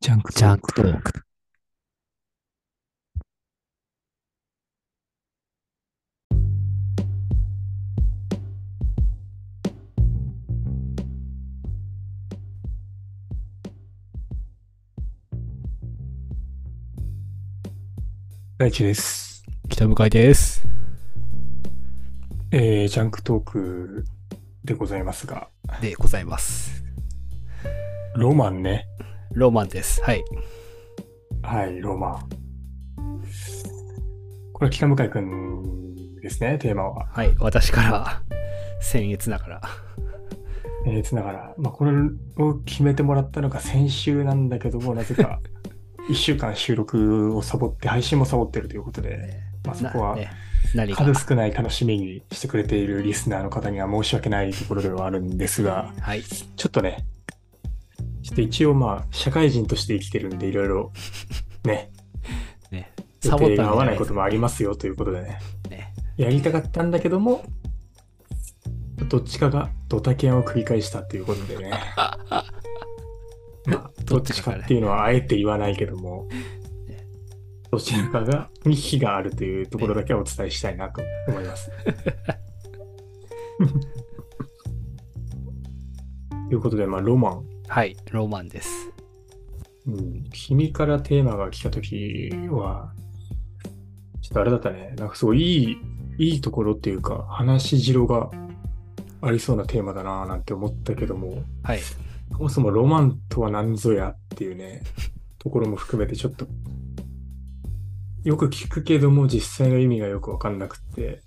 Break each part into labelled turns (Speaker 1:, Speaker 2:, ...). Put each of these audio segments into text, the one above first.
Speaker 1: ジャンク
Speaker 2: ジャンクトーク。
Speaker 1: 大地です。
Speaker 2: 北向井です。
Speaker 1: えー、ジャンクトークでございますが、
Speaker 2: でございます。
Speaker 1: ロマンね。
Speaker 2: ロマンです。はい。
Speaker 1: はい、ロマン。これは北向井くんですね、テーマは。
Speaker 2: はい。私から、僭越ながら。
Speaker 1: えー、つながら、まあ、これを決めてもらったのが先週なんだ けども、なぜか1週間収録をサボって、配信もサボってるということで、まあ、そこは
Speaker 2: ね、何が。
Speaker 1: 数少ない楽しみにしてくれているリスナーの方には申し訳ないところではあるんですが、
Speaker 2: はい。
Speaker 1: ちょっとね、ちょっと一応まあ、社会人として生きてるんで、いろ いろ、ね、予
Speaker 2: サボっ
Speaker 1: 定
Speaker 2: た
Speaker 1: が合わない
Speaker 2: んじ
Speaker 1: こ
Speaker 2: ゃ
Speaker 1: ともありますよということでね、
Speaker 2: ね
Speaker 1: やりたかったんだけども、どっちかがドタキャンを繰り返したということでね、 まあ、ど
Speaker 2: ど
Speaker 1: っ
Speaker 2: っ
Speaker 1: ち
Speaker 2: ちか
Speaker 1: か
Speaker 2: がね
Speaker 1: っていうのはあえて言わないけども、どちらかが、に非があるというところだけはお伝えしたいなと思います。ということで、まあ、ロマン。
Speaker 2: はい。ロマンです。
Speaker 1: うん、君からテーマが来たときは、ちょっとあれだったね。なんかすごいいい、いいところっていうか、話しろがありそうなテーマだなぁなんて思ったけども、
Speaker 2: はい。
Speaker 1: そもそもロマンとは何ぞやっていうね、ところも含めてちょっと、よく聞くけども実際の意味がよくわかんなくって、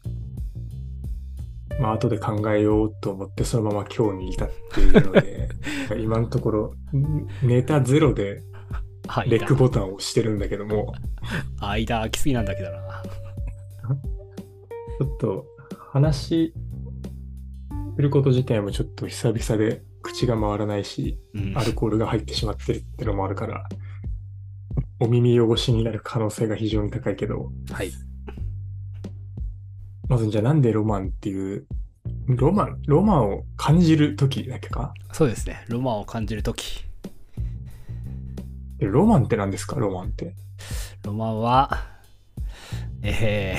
Speaker 1: まあ後で考えようと思ってそのまま今日に至っているので、なんか今のところんネタゼロで
Speaker 2: はい。
Speaker 1: レックボタンを押してるんだけども、
Speaker 2: 間空きすぎなんだけどな。
Speaker 1: ちょっと話すること自体もちょっと久々で口が回らないし、
Speaker 2: うん
Speaker 1: アルコールが入ってしまってるってのもあるから、お耳汚しになる可能性が非常に高いけど、
Speaker 2: はい。
Speaker 1: まずじゃあなんでロマンっていう、ロマン、ロマンを感じる時だっけか
Speaker 2: そうですね。ロマンを感じるとき。
Speaker 1: でロマンって何ですかロマンって。
Speaker 2: ロマンは、え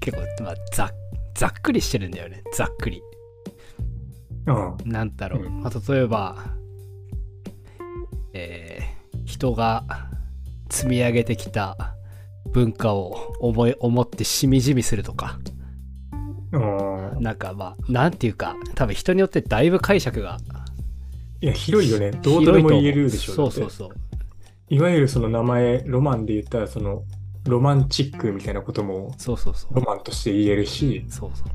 Speaker 2: ー、結構、まあ、ざざっくりしてるんだよね。ざっくり。
Speaker 1: うん。
Speaker 2: なんだろう、
Speaker 1: う
Speaker 2: まあ、例えば、えー人が積み上げてきた文化を思い思ってしみじみするとか
Speaker 1: うん、
Speaker 2: なんかまあなんていうか多分人によってだいぶ解釈が
Speaker 1: いや、広いよね。どうとでも言えるでしょ。
Speaker 2: 広いと思う
Speaker 1: だって
Speaker 2: そうそう
Speaker 1: いわゆるその名前、ロマンで言ったら、その、ロマンチックみたいなことも
Speaker 2: そうそうそうそ
Speaker 1: ロ
Speaker 2: う
Speaker 1: マンとして言えるし、
Speaker 2: そうそう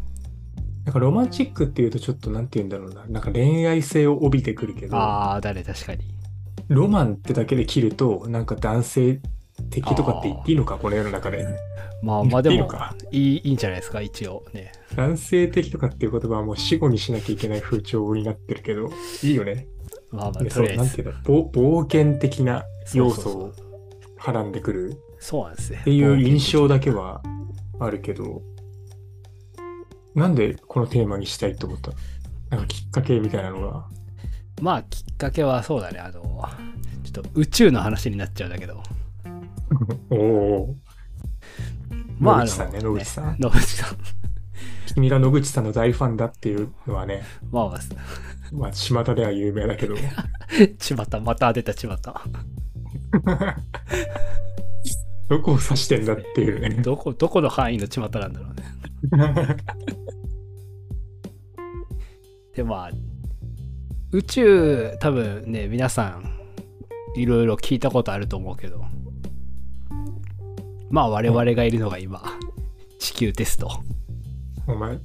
Speaker 1: なんかロマンチックっていうとちょっとなんて言うんだろうな、なんか恋愛性を帯びてくるけど、
Speaker 2: ああ誰確かに
Speaker 1: ロマンってだけで切ると、なんか男性的とかって言っていいのか、この世の中で。
Speaker 2: まあまあで
Speaker 1: 言っ
Speaker 2: も
Speaker 1: ていいのか
Speaker 2: いいいいんじゃないですか一応ね
Speaker 1: 男性的とかっていう言葉はもう死後にしなきゃいけない風潮になってるけど、いいよね。
Speaker 2: まあまあ
Speaker 1: で
Speaker 2: と
Speaker 1: そう、
Speaker 2: りあ
Speaker 1: な
Speaker 2: え
Speaker 1: ん
Speaker 2: ず
Speaker 1: て言うんだろう、冒冒険的な要
Speaker 2: そう
Speaker 1: 素
Speaker 2: そ
Speaker 1: を
Speaker 2: うそう
Speaker 1: はらんでくる
Speaker 2: そうなんですねっ
Speaker 1: っていう印象だけはあるけど、なんでこのテーマにしたいと思ったのなんかきっかけみたいなの が。
Speaker 2: まあきっかけはそうだねあのちょっと宇宙の話になっちゃうんだけど
Speaker 1: おお。
Speaker 2: まあ
Speaker 1: 野口さんね、
Speaker 2: あ
Speaker 1: 野
Speaker 2: の
Speaker 1: 口さん。
Speaker 2: 野口さん
Speaker 1: 君が野口さんの大ファンだっていうのはね、
Speaker 2: まあまあ
Speaker 1: まあ、巷では有名だけど。
Speaker 2: ちまたまた出たちまた
Speaker 1: どこを指してんだってい うね。
Speaker 2: どこどこの範囲のちまたなんだろうねでまあ宇宙多分ね皆さんいろいろ聞いたことあると思うけどまあ我々がいるのが今地球ですと
Speaker 1: お前、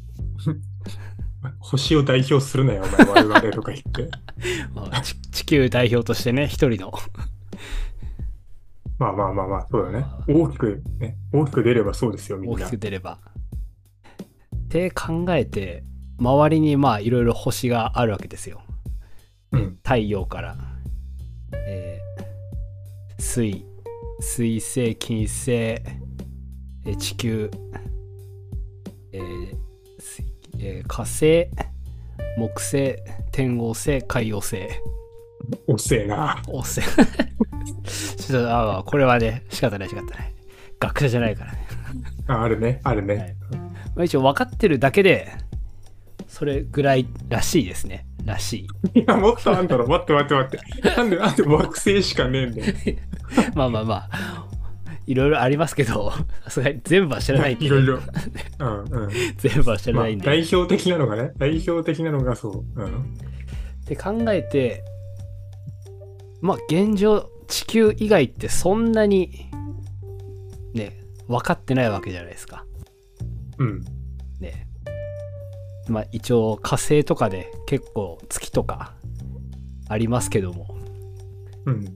Speaker 1: 星を代表するなよ、お前、我々とか言って。
Speaker 2: まあち地球代表としてね一人の
Speaker 1: まあまあまあまあ、そうだね。大きく、ね、大きく出ればそうですよ、み
Speaker 2: 大
Speaker 1: んな
Speaker 2: き。く出れば。って考えて周りにまあいろいろ星があるわけですよ。
Speaker 1: うん。
Speaker 2: 太陽から、えー水水星金星、えー地球、えー水えー火星木星天王星海王星
Speaker 1: 遅えな。
Speaker 2: 王星 ちょっと、ああ、これはね、仕方ない仕方ない。学者じゃないからね。
Speaker 1: あ、あるね、あるね。
Speaker 2: はいまあ、一応分かってるだけで、それぐらいらしいですね。ら し
Speaker 1: い、や、もっとあんだろ、待って待って待って。なんで、なんで惑星しかねえんだよ。
Speaker 2: い。まあまあまあ、いろいろありますけど、さすがに全部は知らないんで
Speaker 1: いろいろ。うんうん。
Speaker 2: 全部は知ら
Speaker 1: ま
Speaker 2: な
Speaker 1: あ
Speaker 2: いんで。
Speaker 1: 代表的なのがね、代表的なのがそう。うん。
Speaker 2: って考えてまあ現状地球以外ってそんなにね分かってないわけじゃないですか
Speaker 1: うん。
Speaker 2: ねまあ一応火星とかで結構月とかありますけども
Speaker 1: うん。
Speaker 2: っ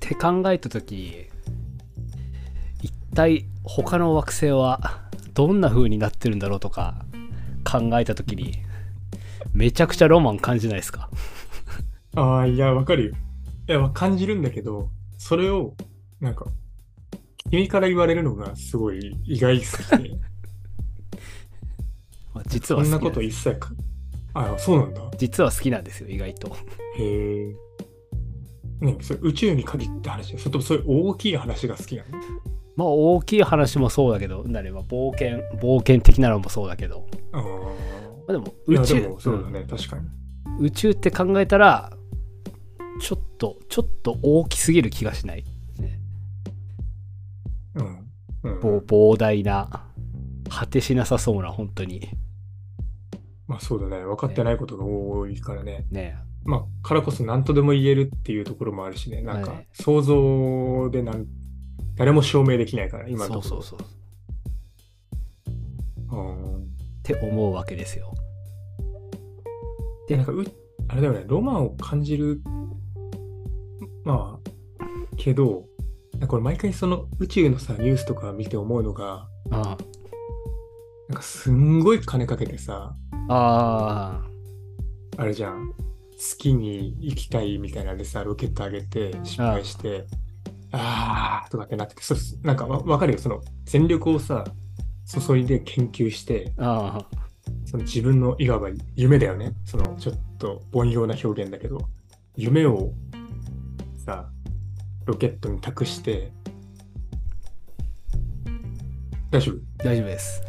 Speaker 2: て考えた時に一体他の惑星はどんな風になってるんだろうとか考えた時にめちゃくちゃロマン感じないですか
Speaker 1: ああ、いや、わかるよ。いや、感じるんだけど、それを、なんか、君から言われるのがすごい意外す ぎて、
Speaker 2: まあ実
Speaker 1: そ
Speaker 2: は好き
Speaker 1: ん
Speaker 2: な
Speaker 1: なん
Speaker 2: で
Speaker 1: こ
Speaker 2: す
Speaker 1: と一切か。ああ、そうなんだ。
Speaker 2: 実は好きなんですよ意外と
Speaker 1: へえ。ね、それ宇宙に限って話それともそういう大きい話が好きなの
Speaker 2: まあ大きい話もそうだけどなれば冒険冒険的なのもそうだけど、
Speaker 1: あ
Speaker 2: まあ、でも
Speaker 1: あ。い
Speaker 2: 宇
Speaker 1: や、
Speaker 2: 宙
Speaker 1: でもそうだね、確かに。
Speaker 2: うん宇宙って考えたらちょっとちょっと大きすぎる気がしない
Speaker 1: うん。うん
Speaker 2: ぼ膨大な果てしなさそうな本当に
Speaker 1: まあそうだね、分かってないことが多いからね。
Speaker 2: ね
Speaker 1: まあ、からこそ何とでも言えるっていうところもあるしね、なん
Speaker 2: は
Speaker 1: か
Speaker 2: い
Speaker 1: 想像でなん誰も証明できないから、今の
Speaker 2: そ
Speaker 1: と
Speaker 2: う
Speaker 1: こ
Speaker 2: そ
Speaker 1: ろ。
Speaker 2: うそうっ
Speaker 1: うん
Speaker 2: て思うわけですよで
Speaker 1: なんかう、あれだよね、ロマンを感じる、まあ、けど、なんかこれ毎回その宇宙のさ、ニュースとか見て思うのが、
Speaker 2: あ
Speaker 1: なんかすんごい金かけてさ、
Speaker 2: あ
Speaker 1: あれじゃん、月に行きたいみたいなんでさ、ロケット上げて失敗して、あーとかってなってて、そうすなんかわわかるよ、その全力をさ、注いで研究して、
Speaker 2: ああ
Speaker 1: その自分のいわば夢だよね。そのちょっと凡庸な表現だけど、夢をさ、ロケットに託して、大丈夫
Speaker 2: 大丈夫です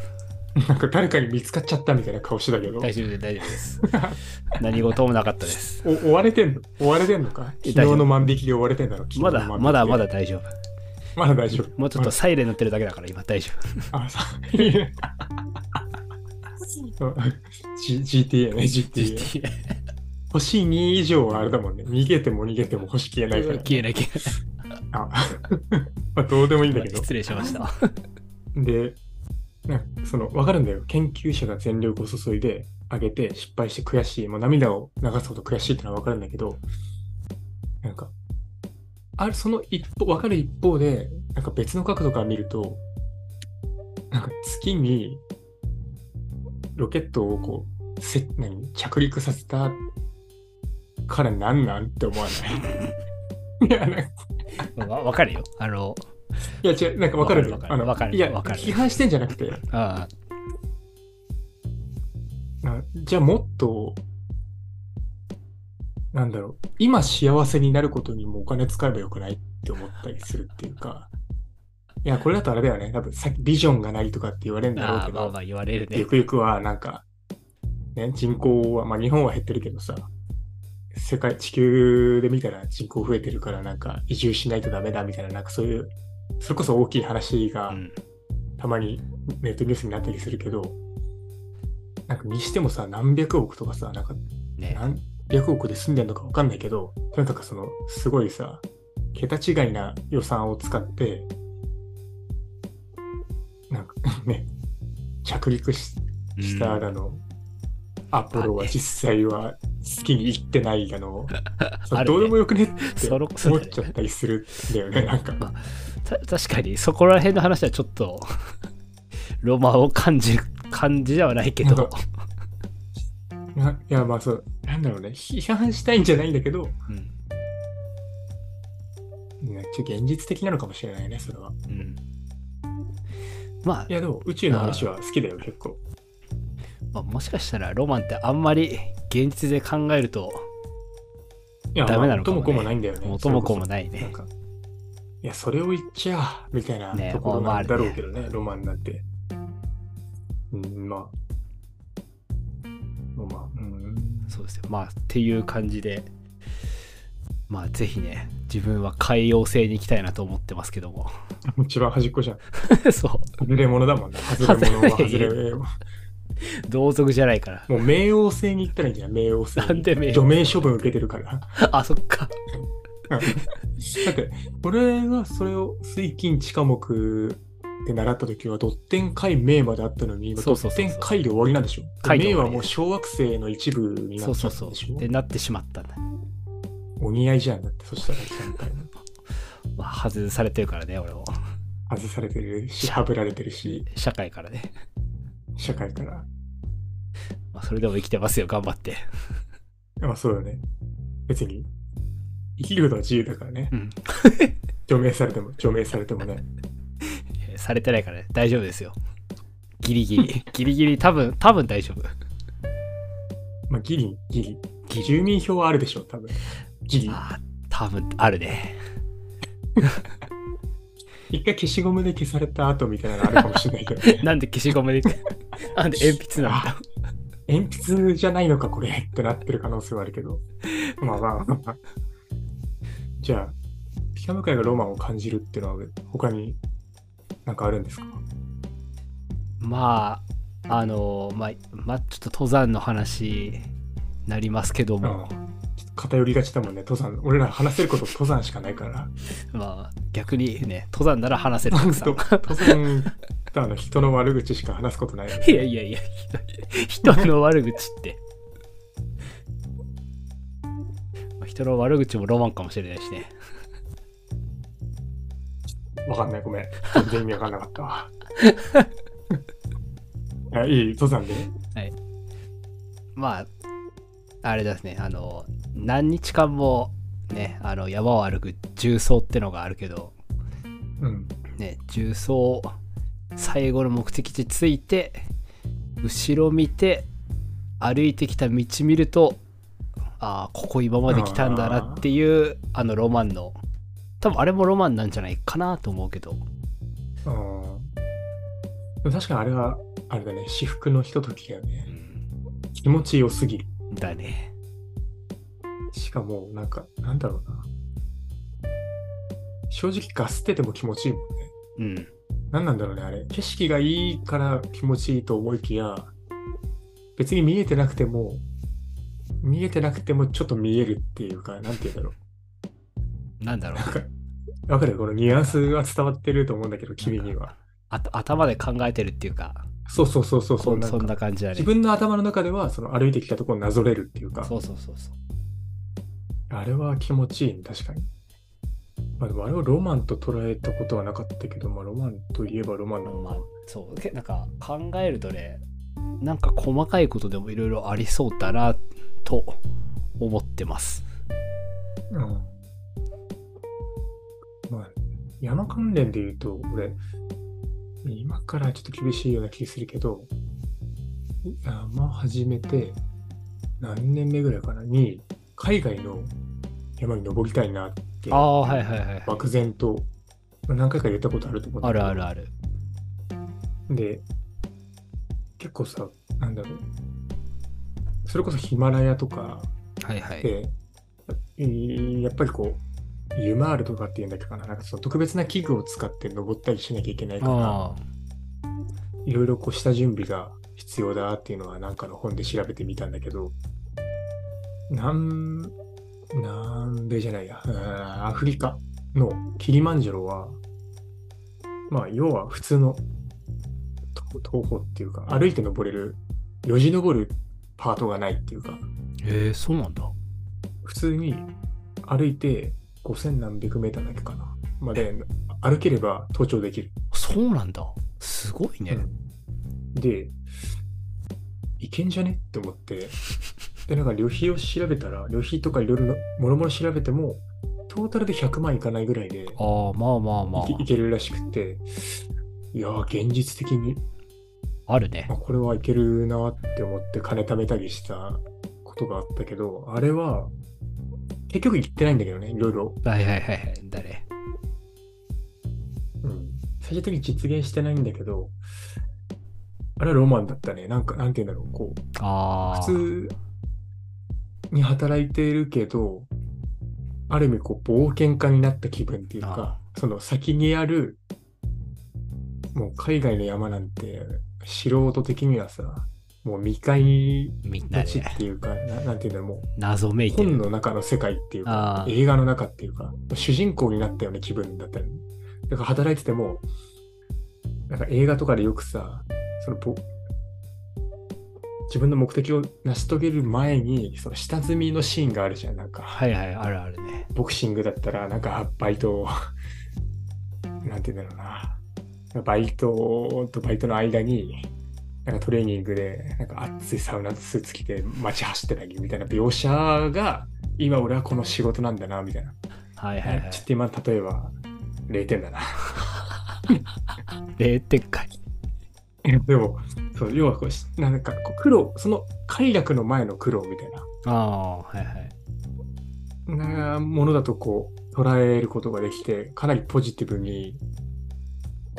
Speaker 1: なんか誰かに見つかっちゃったみたいな顔してたけど、
Speaker 2: 大丈夫です大丈夫です 何事もなかったです
Speaker 1: お追われてんの追われてんのか
Speaker 2: え
Speaker 1: 昨日の万引きで追われてんだろ
Speaker 2: まだまだま。
Speaker 1: 昨日の万引き
Speaker 2: だ
Speaker 1: で
Speaker 2: 大丈夫
Speaker 1: まだ大丈夫。
Speaker 2: もうちょっとサイレン鳴ってるだけだから今大丈夫
Speaker 1: まだ。あ、さ、いいねそう。G- GTA ね、GTA。
Speaker 2: GTA
Speaker 1: 星2以上はあれだもんね。逃げても逃げても星消えないから。
Speaker 2: 消えない消え
Speaker 1: あ まあどうでもいいんだ
Speaker 2: な
Speaker 1: け
Speaker 2: い
Speaker 1: ど。
Speaker 2: 失礼しま した
Speaker 1: で、なんかその分かるんだよ。研究者が全力を注いであげて失敗して悔しい、もう涙を流すほど悔しいってのは分かるんだけど、なんか、あるその一方、分かる一方で、なんか別の角度から見ると、なんか月にロケットをこう、せ何着陸させたからなんなんって思わない いや、なんか
Speaker 2: わわかるよあの
Speaker 1: いや違う、なんか分かる
Speaker 2: わ
Speaker 1: の
Speaker 2: かる
Speaker 1: あの
Speaker 2: わかる
Speaker 1: いや、
Speaker 2: わかる
Speaker 1: 批判してんじゃなくて、
Speaker 2: あ
Speaker 1: あじゃあもっと、なんだろう、今幸せになることにもお金使えばよくないって思ったりするっていうか、 いや、これだとあれだよね、多分さっきビジョンがないとかって言われるんだろう
Speaker 2: あ
Speaker 1: け
Speaker 2: まあ
Speaker 1: ど、
Speaker 2: まあ言われるね
Speaker 1: ゆくゆくはなんか、ね、人口は、まあ日本は減ってるけどさ、世界、地球で見たら人口増えてるからなんか移住しないとダメだみたいな、なんかそういう、それこそ大きい話が、
Speaker 2: うん
Speaker 1: たまにネットニュースになったりするけど、なんかにしてもさ、何百億とかさ、なんか
Speaker 2: ね
Speaker 1: 何百億で住んでるのかわかんないけど、とにかくその、すごいさ、桁違いな予算を使って、なんか ね、着陸ししただの、アポロは実際は月に行ってないだの、そ
Speaker 2: あ
Speaker 1: う
Speaker 2: るね
Speaker 1: どうでもよくねって
Speaker 2: そ
Speaker 1: 思
Speaker 2: ろ
Speaker 1: っ
Speaker 2: そろだね
Speaker 1: ちゃったりするんだよね、なんか。
Speaker 2: た確かにそこら辺の話はちょっと ロマンを感じる感じではないけ ど
Speaker 1: なんかないや、まあそう、なんだろうね、批判したいんじゃないんだけど、
Speaker 2: うん
Speaker 1: ね、ちょっと現実的なのかもしれないね、それは。
Speaker 2: うんまあ
Speaker 1: いや、でも宇宙の話は好きだよ、結構。
Speaker 2: まあもしかしたらロマンってあんまり現実で考えると
Speaker 1: いや、
Speaker 2: ダメなのかもね
Speaker 1: ともこもないんだよね。
Speaker 2: 元も子も
Speaker 1: な
Speaker 2: ない
Speaker 1: なん
Speaker 2: ね
Speaker 1: か、いや、それを言っちゃ、みたいな
Speaker 2: ね
Speaker 1: ところなんだろうけどね、
Speaker 2: まあね
Speaker 1: ロマンなんて。うん、まあ。まあ、うん。
Speaker 2: そうですよまあっていう感じでまあぜひね自分は海洋星に行きたいなと思ってますけども
Speaker 1: 一番端っこじゃん。
Speaker 2: そ
Speaker 1: 外れ者だもんね。外れ者は外
Speaker 2: 外れ
Speaker 1: れ。も
Speaker 2: う同族じゃないから
Speaker 1: う冥王星に行ったらいいんじゃない冥王星に。
Speaker 2: なんで冥王星
Speaker 1: 除名処分受けてるから。
Speaker 2: あそっか
Speaker 1: うん だって、俺がそれを水金地下木で習った時は、ドッテン海明まであったのに、今
Speaker 2: そ
Speaker 1: ド
Speaker 2: うそう
Speaker 1: ッ
Speaker 2: そうそう
Speaker 1: テン海で終わりなんでしょ
Speaker 2: 海で終
Speaker 1: 明
Speaker 2: わり
Speaker 1: はもう小惑星の一部にな
Speaker 2: そ
Speaker 1: っ
Speaker 2: う
Speaker 1: ち
Speaker 2: そ
Speaker 1: ゃ
Speaker 2: う
Speaker 1: ったんでし
Speaker 2: そ
Speaker 1: ょ
Speaker 2: うでなってしまったんだ、
Speaker 1: お似合いじゃんだって、そしたらなんか
Speaker 2: まあ、外されてるからね俺も
Speaker 1: 外されてるし、はぶられてるし、
Speaker 2: 社会からね、
Speaker 1: 社会から。
Speaker 2: まあ、それでも生きてますよ頑張って
Speaker 1: まあそうだね。別に、生きることは自由だからね。
Speaker 2: うん
Speaker 1: 除名されても、除名されてもね。
Speaker 2: えーされてないからね大丈夫ですよギリギリ ギリギリ多分多分大丈夫
Speaker 1: まあギリ、ギリ。
Speaker 2: ギリ
Speaker 1: 住民票はあるでしょ、多分。ギリ。
Speaker 2: あー多分あるね。
Speaker 1: 一回消しゴムで消された後みたいなのあるかもしれないけどね
Speaker 2: なんで消しゴムでなんで鉛筆なんだ
Speaker 1: 鉛筆じゃないのかこれってなってる可能性はある けど。まあまあまあまあ。じゃあ、ピカム会がロマンを感じるっていうのは他になんかあるんですか
Speaker 2: まああのーまあ、まあ、ちょっと登山の話になりますけども、
Speaker 1: ちょっと偏りがちだもんね、登山。俺ら話せること登山しかないから。
Speaker 2: まあ逆にね登山なら話せるた
Speaker 1: 登
Speaker 2: くさん
Speaker 1: 山とあの人の悪口しか話すことない。
Speaker 2: いやいやいや人の悪口ってまあ人の悪口もロマンかもしれないしね
Speaker 1: わかんない、ごめん。全然意味わかんなかった わ。あいい、登山で。
Speaker 2: まああれですねあの何日間もねあの山を歩く重曹ってのがあるけど
Speaker 1: うん。
Speaker 2: ね重曹最後の目的地着いて後ろ見て歩いてきた道見るとああここ今まで来たんだなっていうあのロマンの多分あれもロマンなんじゃないかなと思うけど
Speaker 1: あーでも確かにあれは、あれだね、至福のひとときだよね。気持ち良すぎる。
Speaker 2: だね
Speaker 1: しかも、なんか、なんだろうな。正直、ガスってても気持ちいいもん
Speaker 2: う
Speaker 1: ね。
Speaker 2: ん
Speaker 1: 何なんだろうね、あれ。景色がいいから気持ちいいと思いきや、別に見えてなくても、見えてなくてもちょっと見えるっていうか、なんて言うんだろ
Speaker 2: なんだろう
Speaker 1: う。わかるこのニュアンスは伝わってると思うんだけど、君に
Speaker 2: なん
Speaker 1: は。
Speaker 2: あと頭で考えてるっていうか
Speaker 1: そうそうそうそう、そ
Speaker 2: そ
Speaker 1: うんなんか
Speaker 2: そんな感じだね
Speaker 1: 自分の頭の中では、その歩いてきたところをなぞれるっていうか、
Speaker 2: そうそうそうそう
Speaker 1: あれは気持ちいいね、確かに。まあ、でもあれはロマンと捉えたことはなかったけど、まあ、ロマンといえばロマンなの
Speaker 2: ま
Speaker 1: か
Speaker 2: あ。そうけなんか考えるとねなんか細かいことでもいろいろありそうだなと思ってます
Speaker 1: うん。まあ、山関連で言うと、俺、今からちょっと厳しいような気するけど、山始めて、何年目ぐらいかな、に、海外の山に登りたいなって、
Speaker 2: ああはいはいはい
Speaker 1: 漠然と、まあ何回か言ったことあると思うんだ
Speaker 2: あ
Speaker 1: けど
Speaker 2: るあるある
Speaker 1: で、結構さ、なんだろう。それこそヒマラヤとか
Speaker 2: はいはい
Speaker 1: で、いやっぱりこう、ユマールとかっていうんだっけかな、なんかその特別な器具を使って登ったりしなきゃいけないから、
Speaker 2: あ
Speaker 1: いろいろこう下準備が必要だっていうのはなんかの本で調べてみたんだけど、なん、南米じゃないや、うんアフリカのキリマンジャロは、まあ、要は普通のと東方っていうか、歩いて登れる、よじ登るパートがないっていうか、
Speaker 2: えー、そうなんだ
Speaker 1: 普通に歩いて5000何百メーターだっけかな、まで歩ければ登頂できる。
Speaker 2: そうなんだすごいね、
Speaker 1: うんで、いけんじゃねって思って、で、なんか旅費を調べたら、旅費とかいろいろなもろもろ調べても、トータルで100万いかないぐらいで、
Speaker 2: ああまあまあま
Speaker 1: いけいけるらしくて、いやー、現実的に、
Speaker 2: ああるね
Speaker 1: あこれはいけるなって思って金貯めたりしたことがあったけど、あれは、結局行ってないんだけどね、いろいろ。
Speaker 2: はいはいはいはい誰
Speaker 1: 最終的に実現してないんだけど、あれはロマンだったね。なんか、なんて言うんだろう、こう、
Speaker 2: ああ。
Speaker 1: 普通に働いているけど、ある意味こう冒険家になった気分っていうか、その先にある、もう海外の山なんて素人的にはさ、もう未開
Speaker 2: みんな
Speaker 1: の
Speaker 2: で
Speaker 1: 地っていうか、ななんていうんだろう、も
Speaker 2: 謎め
Speaker 1: う
Speaker 2: いて
Speaker 1: 本
Speaker 2: る。
Speaker 1: の中の世界っていうか、
Speaker 2: ああ。
Speaker 1: 映画の中っていうか、主人公になったような気分だったよね。だから働いてても、なんか映画とかでよくさ、そのぼ自分の目的を成し遂げる前に、その下積みのシーンがあるじゃん。なんか、
Speaker 2: はいはい、あるあるね。
Speaker 1: ボクシングだったら、なんかバイトを、 なんて言うんだろうな。バイトとバイトの間に、なんかトレーニングで、なんか熱いサウナスーツ着て街走ってたりみたいな描写が、今俺はこの仕事なんだな、みたいな。
Speaker 2: はいはいはい
Speaker 1: ちょ。っと今、例えば0点だな。
Speaker 2: 0点かい。
Speaker 1: でも、そう要はこうし、なんかこう苦労、その快楽の前の苦労みたい
Speaker 2: ああ、はいはい。
Speaker 1: ななものだとこう捉えることができて、かなりポジティブに、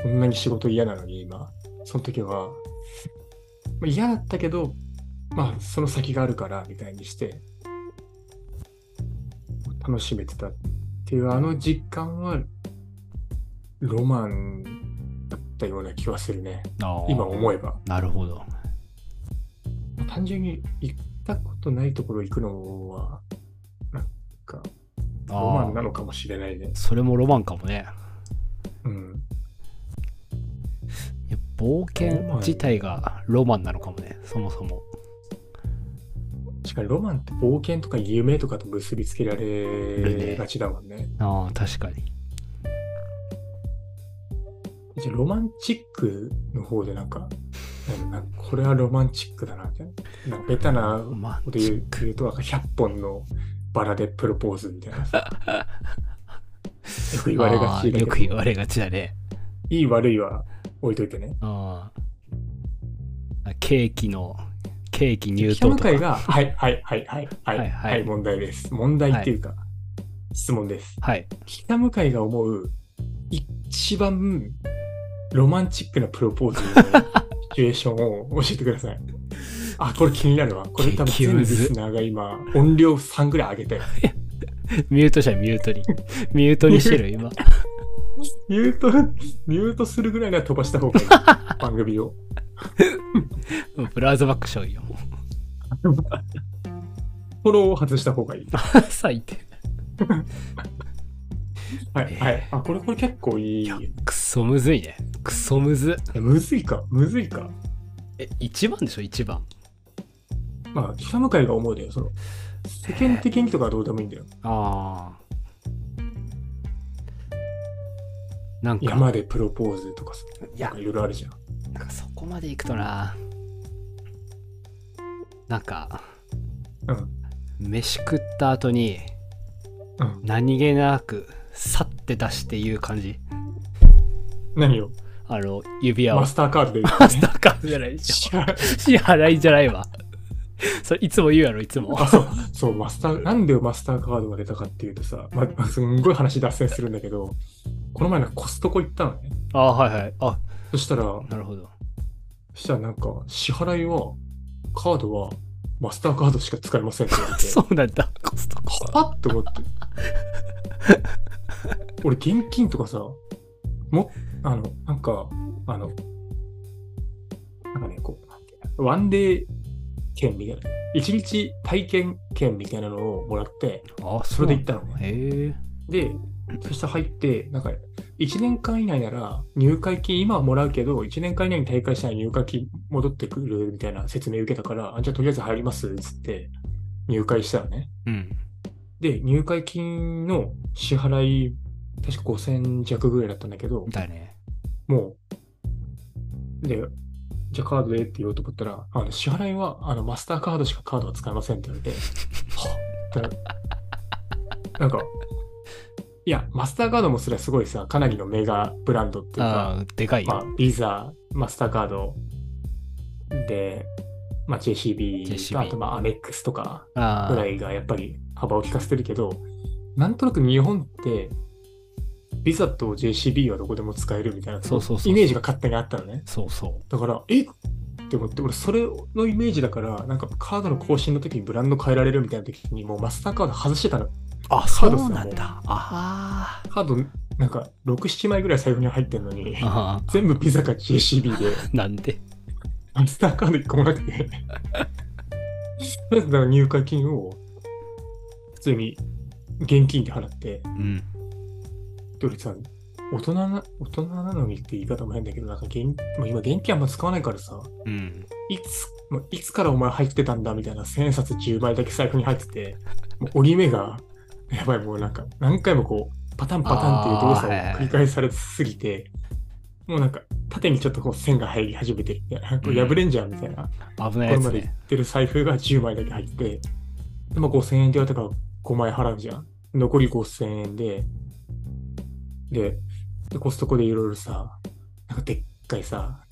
Speaker 1: こんなに仕事嫌なのに今、その時は、まあ、嫌だったけど、まあその先があるからみたいにして、楽しめてたっていうあの実感は、ロマンだったような気はするね。
Speaker 2: ああ
Speaker 1: 今思えば。
Speaker 2: なるほど。
Speaker 1: 単純に行ったことないところ行くのは、なんか、ロマ
Speaker 2: あ
Speaker 1: ンな
Speaker 2: あ。
Speaker 1: のかもしれないね。
Speaker 2: それもロマンかもね。
Speaker 1: うん。
Speaker 2: いや冒
Speaker 1: ロ
Speaker 2: 険
Speaker 1: マン
Speaker 2: 自体がロマンなのかもね、そもそも。
Speaker 1: しかにロマンって冒険とか夢とかと結びつけられがちだもんね。
Speaker 2: ああ、確かに。
Speaker 1: じゃあロマンチックの方でなんか、なんかこれはロマンチックだな、みたいな。なんかベタな
Speaker 2: ロマ
Speaker 1: こ
Speaker 2: ン
Speaker 1: と
Speaker 2: チ
Speaker 1: 言
Speaker 2: ッ
Speaker 1: う言うと、なんか100本のバラでプロポーズみたいな。 よく
Speaker 2: ク
Speaker 1: 言われが
Speaker 2: ああ
Speaker 1: ちだけ
Speaker 2: よ
Speaker 1: ど
Speaker 2: く、言われがちだね。
Speaker 1: いい悪いは置いといてね。
Speaker 2: ああ。ケーキの、ケーキ入
Speaker 1: 北
Speaker 2: 刀
Speaker 1: 野
Speaker 2: とか。
Speaker 1: 会が、はい、はい、はい、はい、は
Speaker 2: はい
Speaker 1: い、
Speaker 2: はい
Speaker 1: はい、問題です。問題っていうか、質問です。
Speaker 2: はい。
Speaker 1: 北向井が思う、一番ロマンチックなプロポーズのシチュエーションを教えてくだ さい。あ、これ気になるわ。これ多分
Speaker 2: 激
Speaker 1: 全
Speaker 2: ム
Speaker 1: リ
Speaker 2: ズ
Speaker 1: スナーが今、音量3ぐらい上げて、
Speaker 2: ミュートしたミュー トに。ミュートにしてる、今。
Speaker 1: ミュート、ミュートするぐらいなら飛ばした方がい い。番組を。
Speaker 2: うんブラウザバックしよう よ。も
Speaker 1: フォローを外した方がいい。
Speaker 2: う最低。
Speaker 1: はい、はい。あ、これ、これ結構いい。いや
Speaker 2: クソむずいね。クソむず。
Speaker 1: むずいか、むずいか。
Speaker 2: え、一番でしょ、一番。
Speaker 1: まあ、北向かいが思うだよ、その。世間的にとかはどうでもいいんだよ。
Speaker 2: ああ。なんか、
Speaker 1: 山でプロポーズとかさ、
Speaker 2: い
Speaker 1: な
Speaker 2: や
Speaker 1: んかいろいろあるじゃん。
Speaker 2: なんかそこまで行くとな。なんか、
Speaker 1: うん。
Speaker 2: 飯食った後に
Speaker 1: うん、
Speaker 2: 何気なく、さって出して言う感じ。
Speaker 1: 何を
Speaker 2: あの、指輪を。
Speaker 1: マ
Speaker 2: マ
Speaker 1: スターカードで言う、
Speaker 2: スターカードじゃないでしょ。
Speaker 1: 違う
Speaker 2: 支払いじゃないわ。それいつも言うやろ、いつも。
Speaker 1: あそうそう、マスター、なんでマスターカードが出たかっていうとさ、まま、すんごい話脱線するんだけど、この前なんかコストコ行ったのね。
Speaker 2: ああ、はいはい。あ、
Speaker 1: そしたら、そ
Speaker 2: なるほ ど。
Speaker 1: したらなんか、支払いは、カードは、マスターカードしか使えませんって言われて、
Speaker 2: そうなんだ、コストコ。
Speaker 1: はっと思って。俺、現金とかさ、も、あの、なんか、あの、なんかね、こうなんていうの、ワンデー券みたいな、一日体験券みたいなのをもらって、
Speaker 2: あ
Speaker 1: それで行ったのね。
Speaker 2: へえ。
Speaker 1: で、そして入って、なんか、1年間以内なら入会金、今はもらうけど、1年間以内に退会したら入会金戻ってくるみたいな説明受けたから、あじゃあとりあえず入りますっつって入会したのね。
Speaker 2: うん。
Speaker 1: で、入会金の支払い、確か5000弱ぐらいだったんだけど、
Speaker 2: だね。
Speaker 1: もう、で、じゃあカードでって言おうと思ったら、あの支払いはあのマスターカードしかカードは使えませんって言われて、はっってななんか、いや、マスターカードもそれはすごいさ、かなりのメガブランドっていうか、
Speaker 2: ああ、でかい
Speaker 1: まあ
Speaker 2: よ。、
Speaker 1: ビザ、マスターカードで、まあ、JCB と
Speaker 2: JCB
Speaker 1: あとまあアメックスとか、
Speaker 2: あ
Speaker 1: ぐらいがやっぱり幅を利かせてるけど、なんとなく日本ってビザと JCB はどこでも使えるみたいな、
Speaker 2: そうそうそうそう
Speaker 1: イメージが勝手にあったのね。
Speaker 2: そうそ
Speaker 1: だから、えって思って、俺、それのイメージだから、なんかカードの更新の時にブランド変えられるみたいな時に、もうマスターカード外してたの。
Speaker 2: うあ
Speaker 1: カ
Speaker 2: そ
Speaker 1: ードっす
Speaker 2: う
Speaker 1: ね
Speaker 2: なんだあ
Speaker 1: カード、なんか、6、7枚ぐらい財布に入ってんのに
Speaker 2: ー、あ
Speaker 1: 全部ビザか JCB で、
Speaker 2: ーなんで
Speaker 1: マスターカード1個もなくて、 とりあえずだから入会金を、普通に現金で払って、
Speaker 2: うん
Speaker 1: ドリさん、大人な、大人なのにって言い方も変だけど、なんか現、もう今現金あんま使わないからさ、
Speaker 2: うん
Speaker 1: いつ、もういつからお前入ってたんだみたいな、千円札10枚だけ財布に入ってて、もう折り目が、やばい、もうなんか、何回もこう、パタンパタンっていう動作
Speaker 2: あー
Speaker 1: を
Speaker 2: はい
Speaker 1: 繰り返されすぎて、もうなんか、縦にちょっとこう線が入り始めてるみたいな、こう破れんじゃんみたいな、
Speaker 2: 危ない
Speaker 1: これ
Speaker 2: や
Speaker 1: ま
Speaker 2: つ
Speaker 1: で行
Speaker 2: ね
Speaker 1: ってる財布が10枚だけ入って、でまあ、5000円って言われたから5枚払うじゃん。残り5000円で、で、でコストコでいろいろさ、なんかでっかいさ、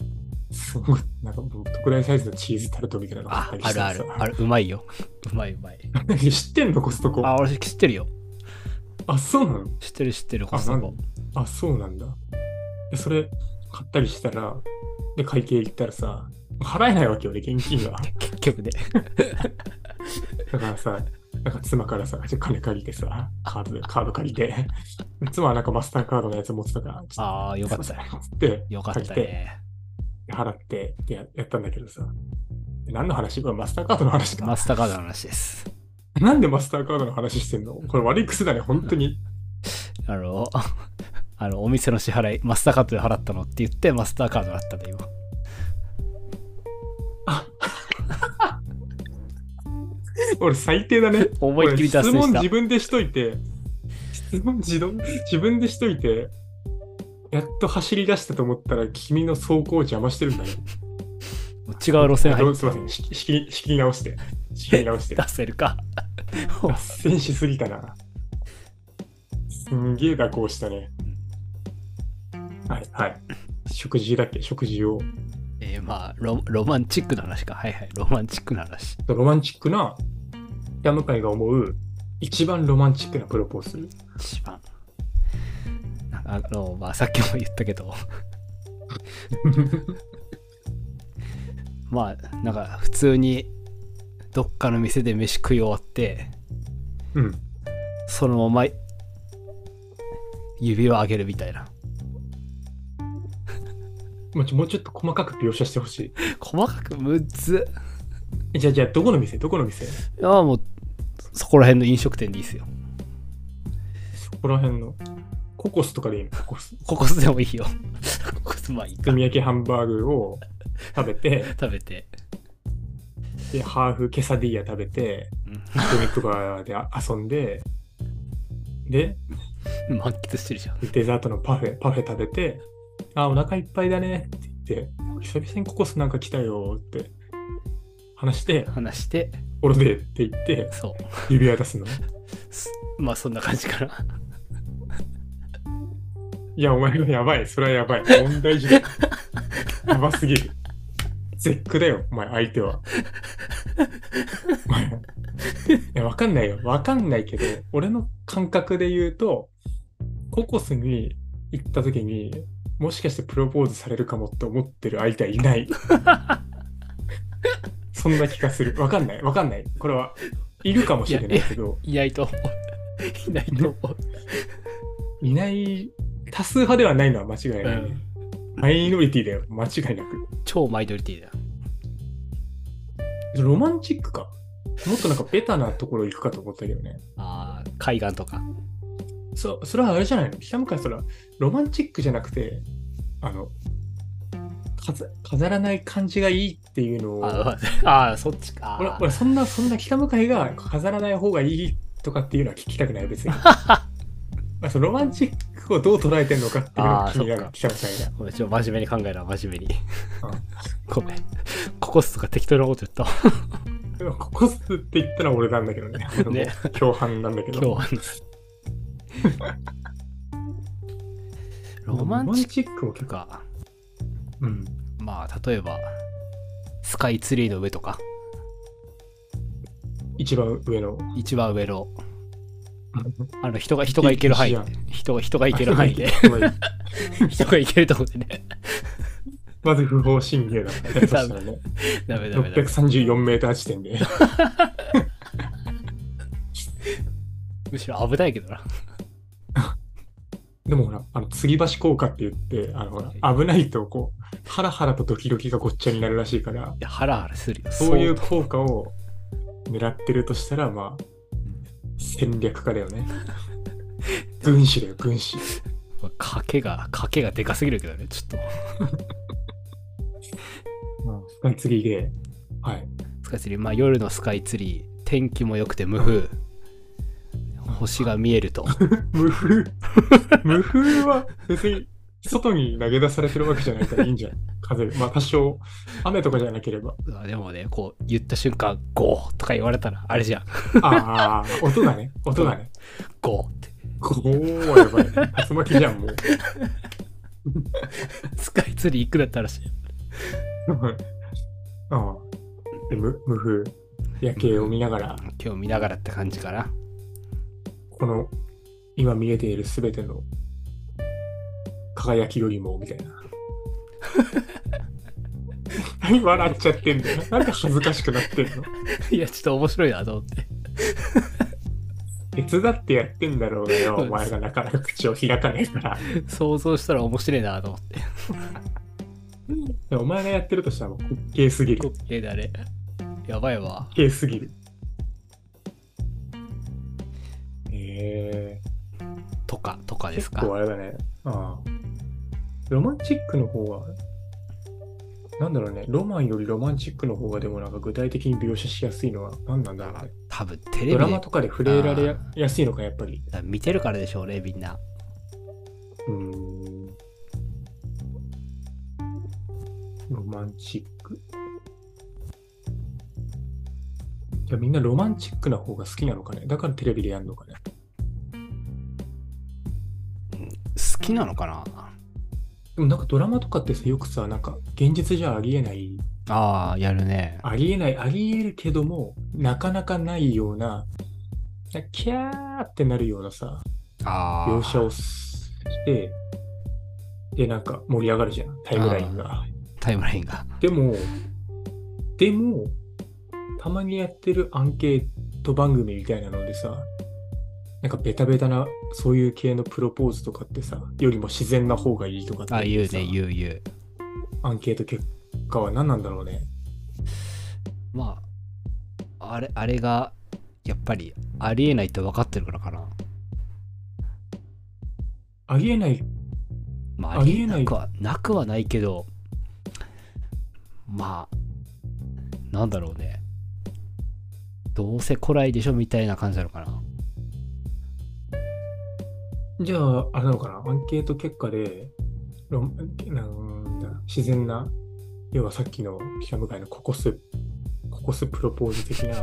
Speaker 1: すごい、なんかもう特大サイズのチーズタルトみたいなの
Speaker 2: あ
Speaker 1: 買った
Speaker 2: あ
Speaker 1: りして
Speaker 2: る
Speaker 1: さ
Speaker 2: あるあるうまいようまいうまい
Speaker 1: 知ってんのコストコ。
Speaker 2: あ
Speaker 1: あ
Speaker 2: 俺知ってるよ
Speaker 1: そうなの
Speaker 2: 知ってる知ってるコスト
Speaker 1: あな
Speaker 2: コ
Speaker 1: んあ、そうなんだ。で、それ買ったりしたら、で、会計行ったらさ、払えないわけよね、現金が。
Speaker 2: 結局ね
Speaker 1: だからさ、なんか妻からさ、ちょっと金借りてさ、カードで、カード借りて、妻はなんかマスターカードのやつ持ってたから、ちょっ
Speaker 2: ああよか
Speaker 1: と
Speaker 2: っ
Speaker 1: すい
Speaker 2: た
Speaker 1: ませんっつって、
Speaker 2: よかっ
Speaker 1: 借り
Speaker 2: た
Speaker 1: て、
Speaker 2: ね
Speaker 1: 払ってってややったんだけどさ、何の話これマスターカードの話か。
Speaker 2: マスターカードの話です
Speaker 1: なんでマスターカードの話してんのこれ悪い癖だね、本当に。
Speaker 2: あのあのお店の支払いマスターカードで払ったのって言ってマスターカードだったんだよ
Speaker 1: 俺最低だね。
Speaker 2: 思いっきり脱
Speaker 1: 質
Speaker 2: 線
Speaker 1: 問
Speaker 2: した
Speaker 1: 自分でしといて、質問自動、自分でしといて、やっと走り出したと思ったら君の走行を邪魔してるんだね。
Speaker 2: 違う路線入
Speaker 1: ど
Speaker 2: っ
Speaker 1: うすいません、仕切仕切り仕切り直して。仕切り直して
Speaker 2: て。出せる か
Speaker 1: 脱線しすぎたな。すんげえ蛇行したね。はいはい。食事だっけ食事を。
Speaker 2: えーまあロロマンチックな話かはいはいロマンチックな話
Speaker 1: ロマンチックな、ヤムカイが思う一番ロマンチックなプロポーズ。
Speaker 2: 一番なんかあのまあさっきも言ったけどまあなんか普通にどっかの店で飯食い終わって
Speaker 1: うん。
Speaker 2: そのまま指を上げるみたいな
Speaker 1: もうちょもうちょっと細かく描写してほし
Speaker 2: 細かくむずっ
Speaker 1: い。じゃあじゃあ、どこの店どこの店
Speaker 2: いやもうそこら辺の飲食店でいいですよ
Speaker 1: そこら辺の。ココスとかでいいのココス。
Speaker 2: ココスでもいいよココスまあいい
Speaker 1: 炭
Speaker 2: か
Speaker 1: 焼きハンバーグを食べて、
Speaker 2: 食べて、
Speaker 1: で、ハーフケサディーヤ食べて、
Speaker 2: う
Speaker 1: ドミックバーで遊んで、で、
Speaker 2: ん、満喫してるじゃん
Speaker 1: デザートのパフェ、パフェ食べて、あー、お腹いっぱいだねって言って、久々にココスなんか来たよって話して、
Speaker 2: 話して
Speaker 1: 俺でって言って、
Speaker 2: そう
Speaker 1: 指輪出すの。
Speaker 2: すまあそんな感じかな
Speaker 1: いや、お前のやばい。それはやばい。問題児だ。やばすぎる。絶句だよ、お前、相手は。お前いや、わかんないよ。わかんないけど、俺の感覚で言うと、ココスに行った時に、もしかしてプロポーズされるかもって思ってる相手はいない。そんな気がする。わかんない。わかんない。これは、いるかもしれないけど、
Speaker 2: いないと思ういないと思う
Speaker 1: いない、多数派ではないのは間違いない、ねマイノリティだよ、間違いなく。
Speaker 2: 超マイノリティだよ
Speaker 1: ロマンチックか。もっとなんかベタなところ行くかと思ったけどね。
Speaker 2: あー海岸とか
Speaker 1: そそれはあれじゃないの北向かいそれはロマンチックじゃなくて、あの、飾飾らない感じがいいっていうのを、
Speaker 2: あーあーそっちか
Speaker 1: 俺俺そんな、そんな北向かいが飾らない方がいいとかっていうのは聞きたくない、 別に。まあ、そのロマンチックをどう捉えてるのかっていうのが気にな
Speaker 2: あ
Speaker 1: る
Speaker 2: ー、
Speaker 1: 北向かいが。
Speaker 2: ごめんちょっと真面目に考えな真面目に
Speaker 1: うん
Speaker 2: ごめんココスとか適当なこと言ったわ
Speaker 1: でもココスって言ったら俺なんだけどね。
Speaker 2: ね
Speaker 1: 共犯なんだけど。
Speaker 2: 今日ロマンチッ
Speaker 1: ックも
Speaker 2: ク
Speaker 1: 結構。
Speaker 2: か
Speaker 1: うん。
Speaker 2: まあ例えばスカイツリーの上とか
Speaker 1: 一番上の。
Speaker 2: 一番上のあの人が人が行ける範囲で
Speaker 1: いいじ
Speaker 2: 人が人が行 ける範囲で人が行けるとこでね
Speaker 1: まず不法侵入だからね。そしたら ね、
Speaker 2: ダメダメダメ
Speaker 1: 634メーター地点で。
Speaker 2: むしろ危ないけどな
Speaker 1: でもほら、あの、吊り橋効果って言って、あの、ほら、危ないと、こう、ハラハラとドキドキがごっちゃになるらしいから、
Speaker 2: いやハラハラするよ
Speaker 1: そういう
Speaker 2: 相
Speaker 1: 効果を狙ってるとしたら、まあ、戦略家だよ ね。軍師だよ、軍師。
Speaker 2: 当賭けが賭けがでかすぎるけどねちょっと
Speaker 1: スカイツリーで、はい。
Speaker 2: スカイツリー、まあ、夜のスカイツリー天気も良くて無風星が見える と
Speaker 1: 無風無風は別に外に投げ出されてるわけじゃないからいいんじゃない風、まあ多少雨とかじゃなければ。
Speaker 2: うわでもねこう言った瞬間「ゴー」とか言われたらあれじゃん
Speaker 1: ああ、音がね、音がね。
Speaker 2: 「ゴー」って
Speaker 1: こうはやばい。竜巻じゃん、もう。
Speaker 2: スカイツリー行くだったらしい
Speaker 1: ああで無無風、夜景を見ながら、
Speaker 2: 今日見ながらって感じかな
Speaker 1: この今見えているすべての輝きよりも、みたいな。何笑っちゃってんだよ。なんで恥ずかしくなってんの
Speaker 2: いやちょっと面白いなと思って
Speaker 1: 手伝ってやってんだろうがよ、お前がなかなか口を開かないから。
Speaker 2: 想像したら面白いなと思って
Speaker 1: でもお前がやってるとしたらもう滑稽すぎる。滑
Speaker 2: 滑稽だねやばいわ
Speaker 1: 稽すぎる。え
Speaker 2: とかとか
Speaker 1: ー、
Speaker 2: です
Speaker 1: 結
Speaker 2: か
Speaker 1: 構あれだね。ああロマンチックの方は、なんだろうね、ロマンよりロマンチックの方がでもなんか具体的に描写しやすいのは何なんだろうね。
Speaker 2: 多分テレビ
Speaker 1: ド
Speaker 2: で
Speaker 1: ラマとかで触れられやすいのか、やっぱり。
Speaker 2: 見てるからでしょうねみんな
Speaker 1: うーんロマンチック。じゃあみんなロマンチックな方が好きなのかねだからテレビでやるのかね
Speaker 2: 好きなのかな
Speaker 1: でもなんかドラマとかってさ、よくさ、なんか現実じゃありえない、
Speaker 2: ああやるね
Speaker 1: ありえない、ありえるけども、なかなかないような、キャーってなるようなさ、
Speaker 2: ああ
Speaker 1: 描写をして、で、なんか盛り上がるじゃん、タイムラインが。
Speaker 2: タイムラインが
Speaker 1: でも、でも、たまにやってるアンケート番組みたいなのでさ、なんかベタベタな、そういう系のプロポーズとかってさ、よりも自然な方がいいとかって
Speaker 2: あ
Speaker 1: い
Speaker 2: 言う
Speaker 1: さ
Speaker 2: ね言う言う
Speaker 1: アンケート結果は何なんだろうね。
Speaker 2: まああれあれがやっぱりありえないって分かってるからかな、
Speaker 1: ありえない、
Speaker 2: まあ、
Speaker 1: ありえな
Speaker 2: な
Speaker 1: い
Speaker 2: くはなくはないけどまあなんだろうねどうせ来ないでしょみたいな感じなのかな
Speaker 1: じゃあ、あれなのかな、アンケート結果で、ロンなんだ自然な、要はさっきの記者向かいのココス、ココスプロポーズ的な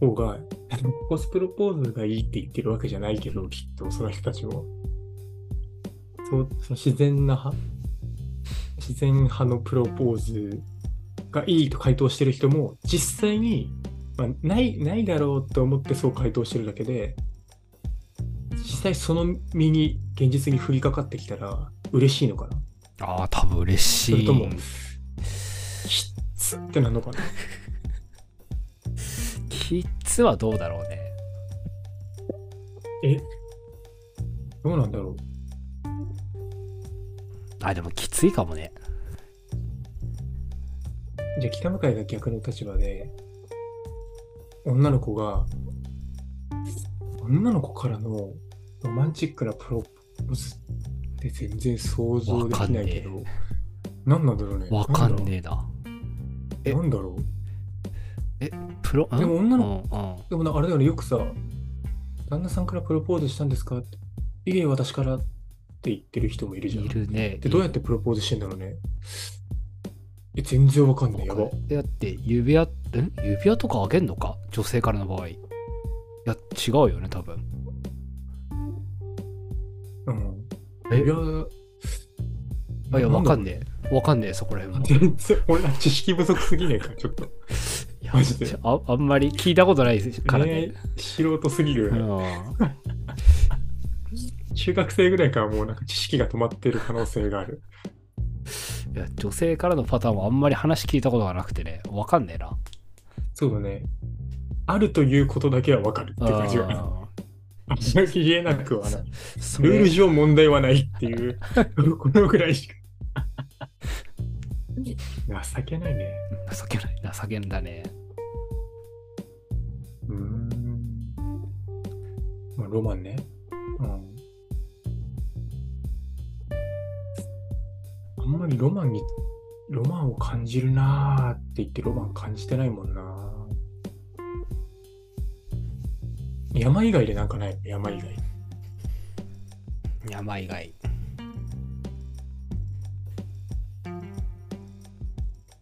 Speaker 1: 方が、あのココスプロポーズがいいって言ってるわけじゃないけど、きっとその人たちも。そうその自然な派自然派のプロポーズがいいと回答してる人も、実際に、まあ、ない、ないだろうと思ってそう回答してるだけで、実際その身に現実に降りかかってきたら嬉しいのかな
Speaker 2: ああ多分嬉し
Speaker 1: それ
Speaker 2: い
Speaker 1: ともきっつってなるのかな
Speaker 2: キッズはどうだろうね
Speaker 1: えどうなんだろう
Speaker 2: あでもきついかもね
Speaker 1: じゃあ北向井が逆の立場で女の子が女の子からのロマンチックなプロポーズって全然想像できないけど何なんだろうね
Speaker 2: わかんねえなえ
Speaker 1: なんだろう
Speaker 2: プロ
Speaker 1: でも女の
Speaker 2: 子、うんうん
Speaker 1: でもなんかあれだよね、よくさ、旦那さんからプロポーズしたんですかって、いいえ、私からって言ってる人もいるじゃん。
Speaker 2: いるね
Speaker 1: で、どうやってプロポーズしてんだろうね。え、全然わかんない。やば。
Speaker 2: えだって指輪ん指輪とかあげんのか女性からの場合いや違うよね多分
Speaker 1: うん。
Speaker 2: え
Speaker 1: いや、
Speaker 2: あいや
Speaker 1: な
Speaker 2: わ
Speaker 1: んだ
Speaker 2: かんねえわかんねえそこら辺も
Speaker 1: 全然、俺ら知識不足すぎねえか、ちょっと。
Speaker 2: いや
Speaker 1: マジで
Speaker 2: ち。ょああんまり聞いたことないです から
Speaker 1: 恋
Speaker 2: ね
Speaker 1: 愛。素人すぎるよ
Speaker 2: う
Speaker 1: ね、
Speaker 2: ん、
Speaker 1: 中学生ぐらいからもうなんか知識が止まってる可能性がある。
Speaker 2: いや女性からのパターンはあんまり話聞いたことがなくてね、わかんねえな。
Speaker 1: そうだね。あるということだけはわかるって感じが。 あ
Speaker 2: あ
Speaker 1: んまり言えなくはない。
Speaker 2: ーそ
Speaker 1: ルール
Speaker 2: れ
Speaker 1: 上問題はないっ ていう、このぐらいしか。情けないね。
Speaker 2: 情けない、情けんだね。
Speaker 1: うーん。まあ、ロマンね。うん。あんまりロマンに、ロマンを感じるなーって言ってロマン感じてないもんな山以外でなんかないの山以外。
Speaker 2: 山以外。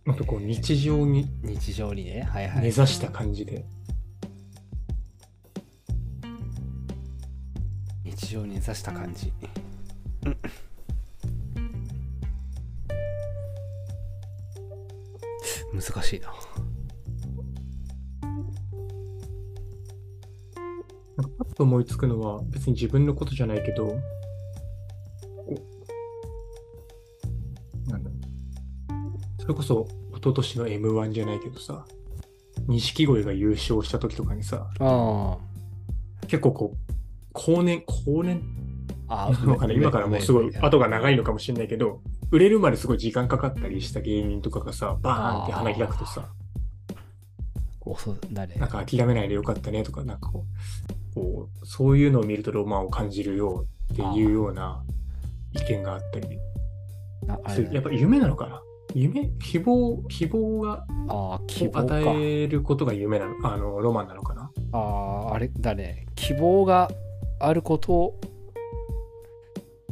Speaker 1: もっとこう日常に
Speaker 2: 日常にね、はいは
Speaker 1: 根
Speaker 2: い。
Speaker 1: ざした感じで。
Speaker 2: 日常に刺した感じ。うん難しいな。
Speaker 1: なんかパッと思いつくのは別に自分のことじゃないけど、こうなんだろうそれこそ一昨年の M1 じゃないけどさ、錦鯉が優勝した時とかにさ、
Speaker 2: あ
Speaker 1: 結構こう、後年、後年
Speaker 2: あ。
Speaker 1: なのかな今からもうすごい後が長いのかもしれないけど、売れるまですごい時間かかったりした芸人とかがさ、バーンって花開くとさ、
Speaker 2: 遅だね
Speaker 1: なんか諦めないでよかったねとか、なんかこう、こうそういうのを見るとロマンを感じるよっていうような意見があったり、
Speaker 2: なあ
Speaker 1: そ
Speaker 2: れ
Speaker 1: う
Speaker 2: だね
Speaker 1: やっぱ夢なのかな夢希望、希望が
Speaker 2: ああ希望か
Speaker 1: 与えることが夢なの、あの、ロマンなのかな
Speaker 2: あああれだね希望があること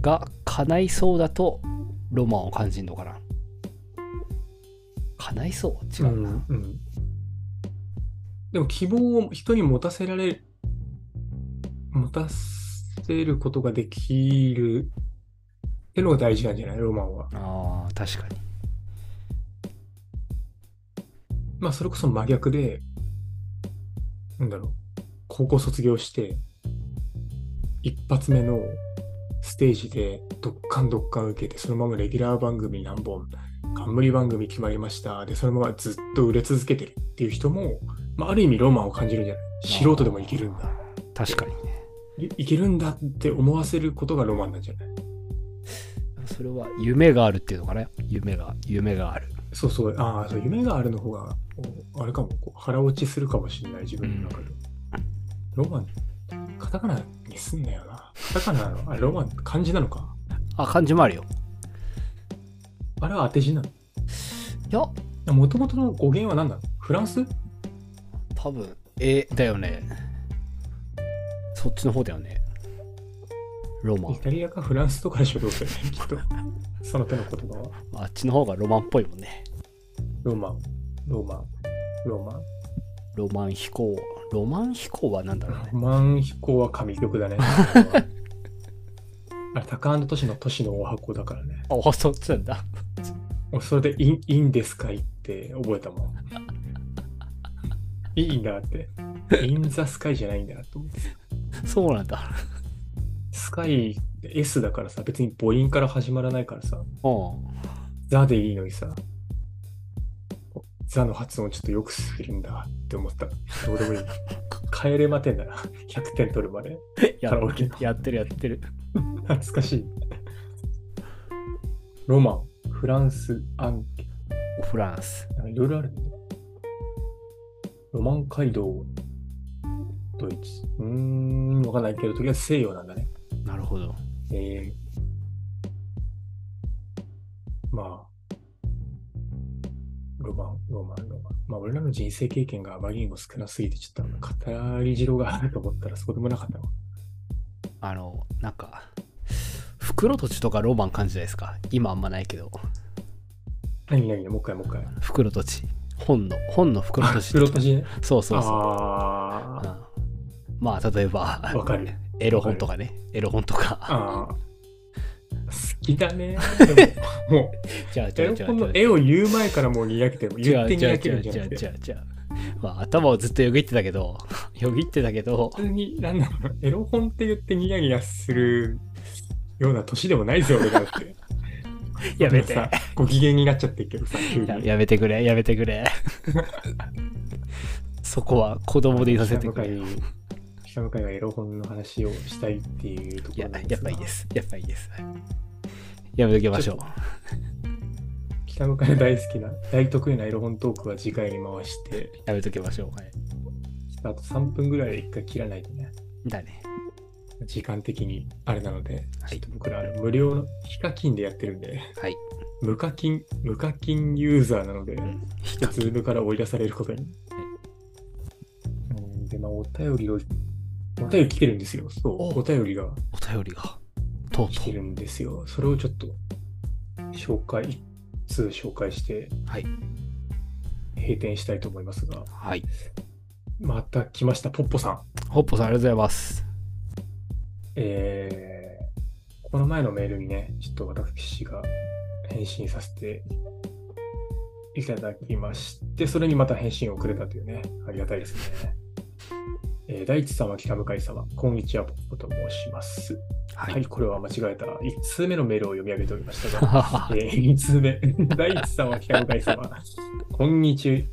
Speaker 2: が叶いそうだとロマンを感じるのかな叶いそう違うな、
Speaker 1: んうんでも希望を人に持たせられる、持たせることができるってのが大事なんじゃないロマンは。
Speaker 2: ああ確かに
Speaker 1: まあ、それこそ真逆で、なんだろう、高校卒業して、一発目のステージでドッカンドッカン受けて、そのままレギュラー番組何本、冠番組決まりました。で、そのままずっと売れ続けてるっていう人も、まあ、ある意味ロマンを感じるんじゃない素人でもいけるんだ。
Speaker 2: 確かにね
Speaker 1: いいけるんだって思わせることがロマンなんじゃない
Speaker 2: それは夢があるっていうのかな夢が夢がある
Speaker 1: そうそう、ああ、そう、夢があるの方が、こうあれかも、こう腹落ちするかもしれない、自分の中で。ロマン、カタカナにすんなよな。カタカナの、あれ、ロマン、漢字なのか。
Speaker 2: あ漢字もあるよ
Speaker 1: あれは当て字なの
Speaker 2: いや
Speaker 1: もともとの語源は何なのフランス
Speaker 2: 多分えだよねそっちの方だよねロマ
Speaker 1: イ
Speaker 2: ン
Speaker 1: タリアかフランスとかでしょ、どうせ、きっと。その手の言葉は。
Speaker 2: あっちの方がロマンっぽいもんね
Speaker 1: ロマン、ロマン、ロマン。
Speaker 2: ロマン飛行ロマン飛行は何だろうね
Speaker 1: ロマン飛行は神曲だね。あれ、高安都市の都市の大箱だからね。
Speaker 2: あおそっちなんだ
Speaker 1: 俺それでいいいいんですかいって覚えたもん。いいんだって。インザスカイじゃないんだなと思って。
Speaker 2: そうなんだ
Speaker 1: スカイ S だからさ、別に母音から始まらないからさ、
Speaker 2: うん
Speaker 1: ザでいいのにさ、ザの発音ちょっとよくするんだって思った。どうでもいい。帰れまてんだな。100点取るまで。
Speaker 2: や
Speaker 1: カラオケ
Speaker 2: やってるやってる
Speaker 1: 懐かしい。ロマン、フランス、アンケ、
Speaker 2: フランス
Speaker 1: なんかいろいろあるね。ロマン街道、ドイツ。うーん、わかんないけど、とりあえず西洋なんだね。
Speaker 2: なるほど
Speaker 1: えー、まあ、ロマン、ロマン、ロマン。まあ、俺らの人生経験があまりにも少なすぎて、ちょっとあの語り城があると思ったら、そうでもなかったわ。
Speaker 2: あのなんか袋とじとかロマン感じないですか今あんまないけど
Speaker 1: 何々もう一回もう一回。
Speaker 2: 袋とじ本の本の袋とじ
Speaker 1: 黒とじね。
Speaker 2: そうそうそう
Speaker 1: あー
Speaker 2: うんまあ例えば
Speaker 1: わかる
Speaker 2: エロ本とかねエロ本とか
Speaker 1: あ ー。好きだね。でも、もう。
Speaker 2: じゃあじ
Speaker 1: エ
Speaker 2: ゃあ
Speaker 1: ロ
Speaker 2: じゃあ
Speaker 1: 本の
Speaker 2: じゃ
Speaker 1: 絵を言う前からもうにやけてる。言ってにやけるんじゃなく
Speaker 2: じゃ
Speaker 1: て。
Speaker 2: あじゃあまあ、頭をずっとよぎってたけど よぎってたけど
Speaker 1: 普通に、なんだろう、エロ本って言ってニヤニヤするような年でもないぜ、俺だって。
Speaker 2: やめて
Speaker 1: さ、ご機嫌になっちゃってるけどさ、急に
Speaker 2: ややめてくれやめてくれ そこは子供でいさせてくれ
Speaker 1: 下の会下の会がエロ本の話をしたいっていうとこ
Speaker 2: いや
Speaker 1: ろなん
Speaker 2: やっぱいいですやっぱいいですはいやめときましょう
Speaker 1: 北の会大好きな大得意なエロ本トークは次回に回して
Speaker 2: やめときましょうはい
Speaker 1: ちょっとあと3分ぐらいで一回切らないとね
Speaker 2: だね
Speaker 1: 時間的にあれなので、
Speaker 2: はい
Speaker 1: ちょっと僕らあの無料の非課金でやってるんで
Speaker 2: はい
Speaker 1: 無課金無課金ユーザーなので、
Speaker 2: ん
Speaker 1: 一つズームから追い出されることに、うんでまあお便りをお便り来てるんですよそう
Speaker 2: お
Speaker 1: お便りが
Speaker 2: お便りがとう
Speaker 1: 来
Speaker 2: と
Speaker 1: て
Speaker 2: う
Speaker 1: るんですよ。それをちょっと紹介、一通紹介して
Speaker 2: はい
Speaker 1: 閉店したいと思いますが、
Speaker 2: はい
Speaker 1: また来ました、ポッポさん。
Speaker 2: ホッポさんありがとうございます
Speaker 1: えーこの前のメールにね、ちょっと私が返信させていただきまして、それにまた返信をくれたというね、ありがたいですね。えー大地様、北向様、こんにちは、ポッポと申します。
Speaker 2: は
Speaker 1: はい、これは間違えた1通目のメールを読み上げておりましたが、
Speaker 2: は
Speaker 1: えー、2通目、 大地さんは北向様。こんにち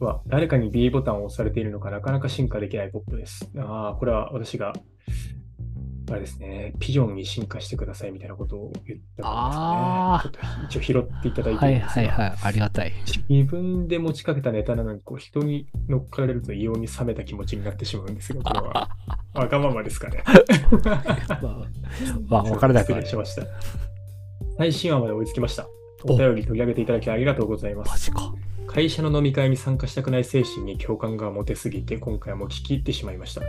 Speaker 1: は。誰かに B ボタンを押されているのかなかなか進化できないポップです。ああ、これは私が、あれですね、ピジョンに進化してくださいみたいなことを言った
Speaker 2: あ
Speaker 1: ことですね。ちょっと一応拾っていただいてるん
Speaker 2: い
Speaker 1: ですが
Speaker 2: はいはいありがたい
Speaker 1: 自分で持ちかけたネタなのにこう人に乗っかれると異様に冷めた気持ちになってしまうんですが、これ はわがままですかね。
Speaker 2: まあ、まあ、分からなく
Speaker 1: 失
Speaker 2: はな
Speaker 1: 礼
Speaker 2: い
Speaker 1: しました。最新話まで追いつきました。お便り取り上げていただきありがとうございます
Speaker 2: マ。ジか
Speaker 1: 会社の飲み会に参加したくない精神に共感が持てすぎて今回も聞き入ってしまいました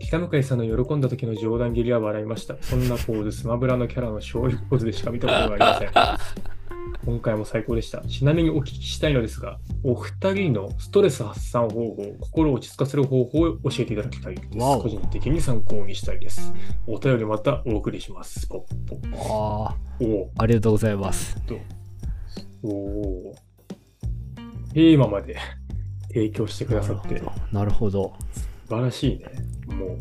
Speaker 1: 北向さんの喜んだ時の冗談切りは笑いましたそんなポーズスマブラのキャラの勝利ポーズでしか見たこと がありません今回も最高でしたちなみにお聞きしたいのですがお二人のストレス発散方法心を落ち着かせる方法を教えていただきたいです
Speaker 2: わお
Speaker 1: 個人的に参考にしたいですお便りまたお送りしますポッポ
Speaker 2: あ
Speaker 1: おー
Speaker 2: あありがとうございます
Speaker 1: おお。テーマまで提供してくださって、素
Speaker 2: なるほど
Speaker 1: 晴らしいね。もう、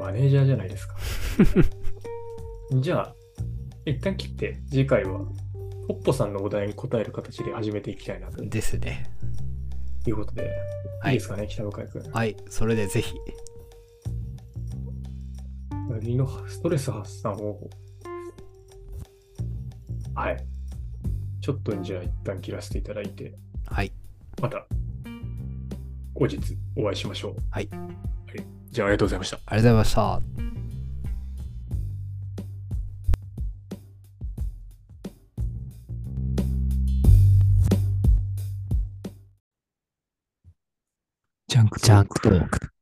Speaker 1: マネージャーじゃない ですか。じゃあ、一旦切って、次回は、ポッポさんのお題に答える形で始めていきたいなとい
Speaker 2: ですね
Speaker 1: うことで、、
Speaker 2: はい
Speaker 1: い
Speaker 2: い
Speaker 1: ですかね、北向井君。
Speaker 2: はいそれでぜひ
Speaker 1: リのストレス発散方法。はい。ちょっとじゃあ一旦切らせていただいて、
Speaker 2: はい
Speaker 1: また後日お会いしましょう。
Speaker 2: はい
Speaker 1: はい。じゃあありがとうございました。
Speaker 2: ありがとうございました
Speaker 1: ジャンク
Speaker 2: ジャンクトーク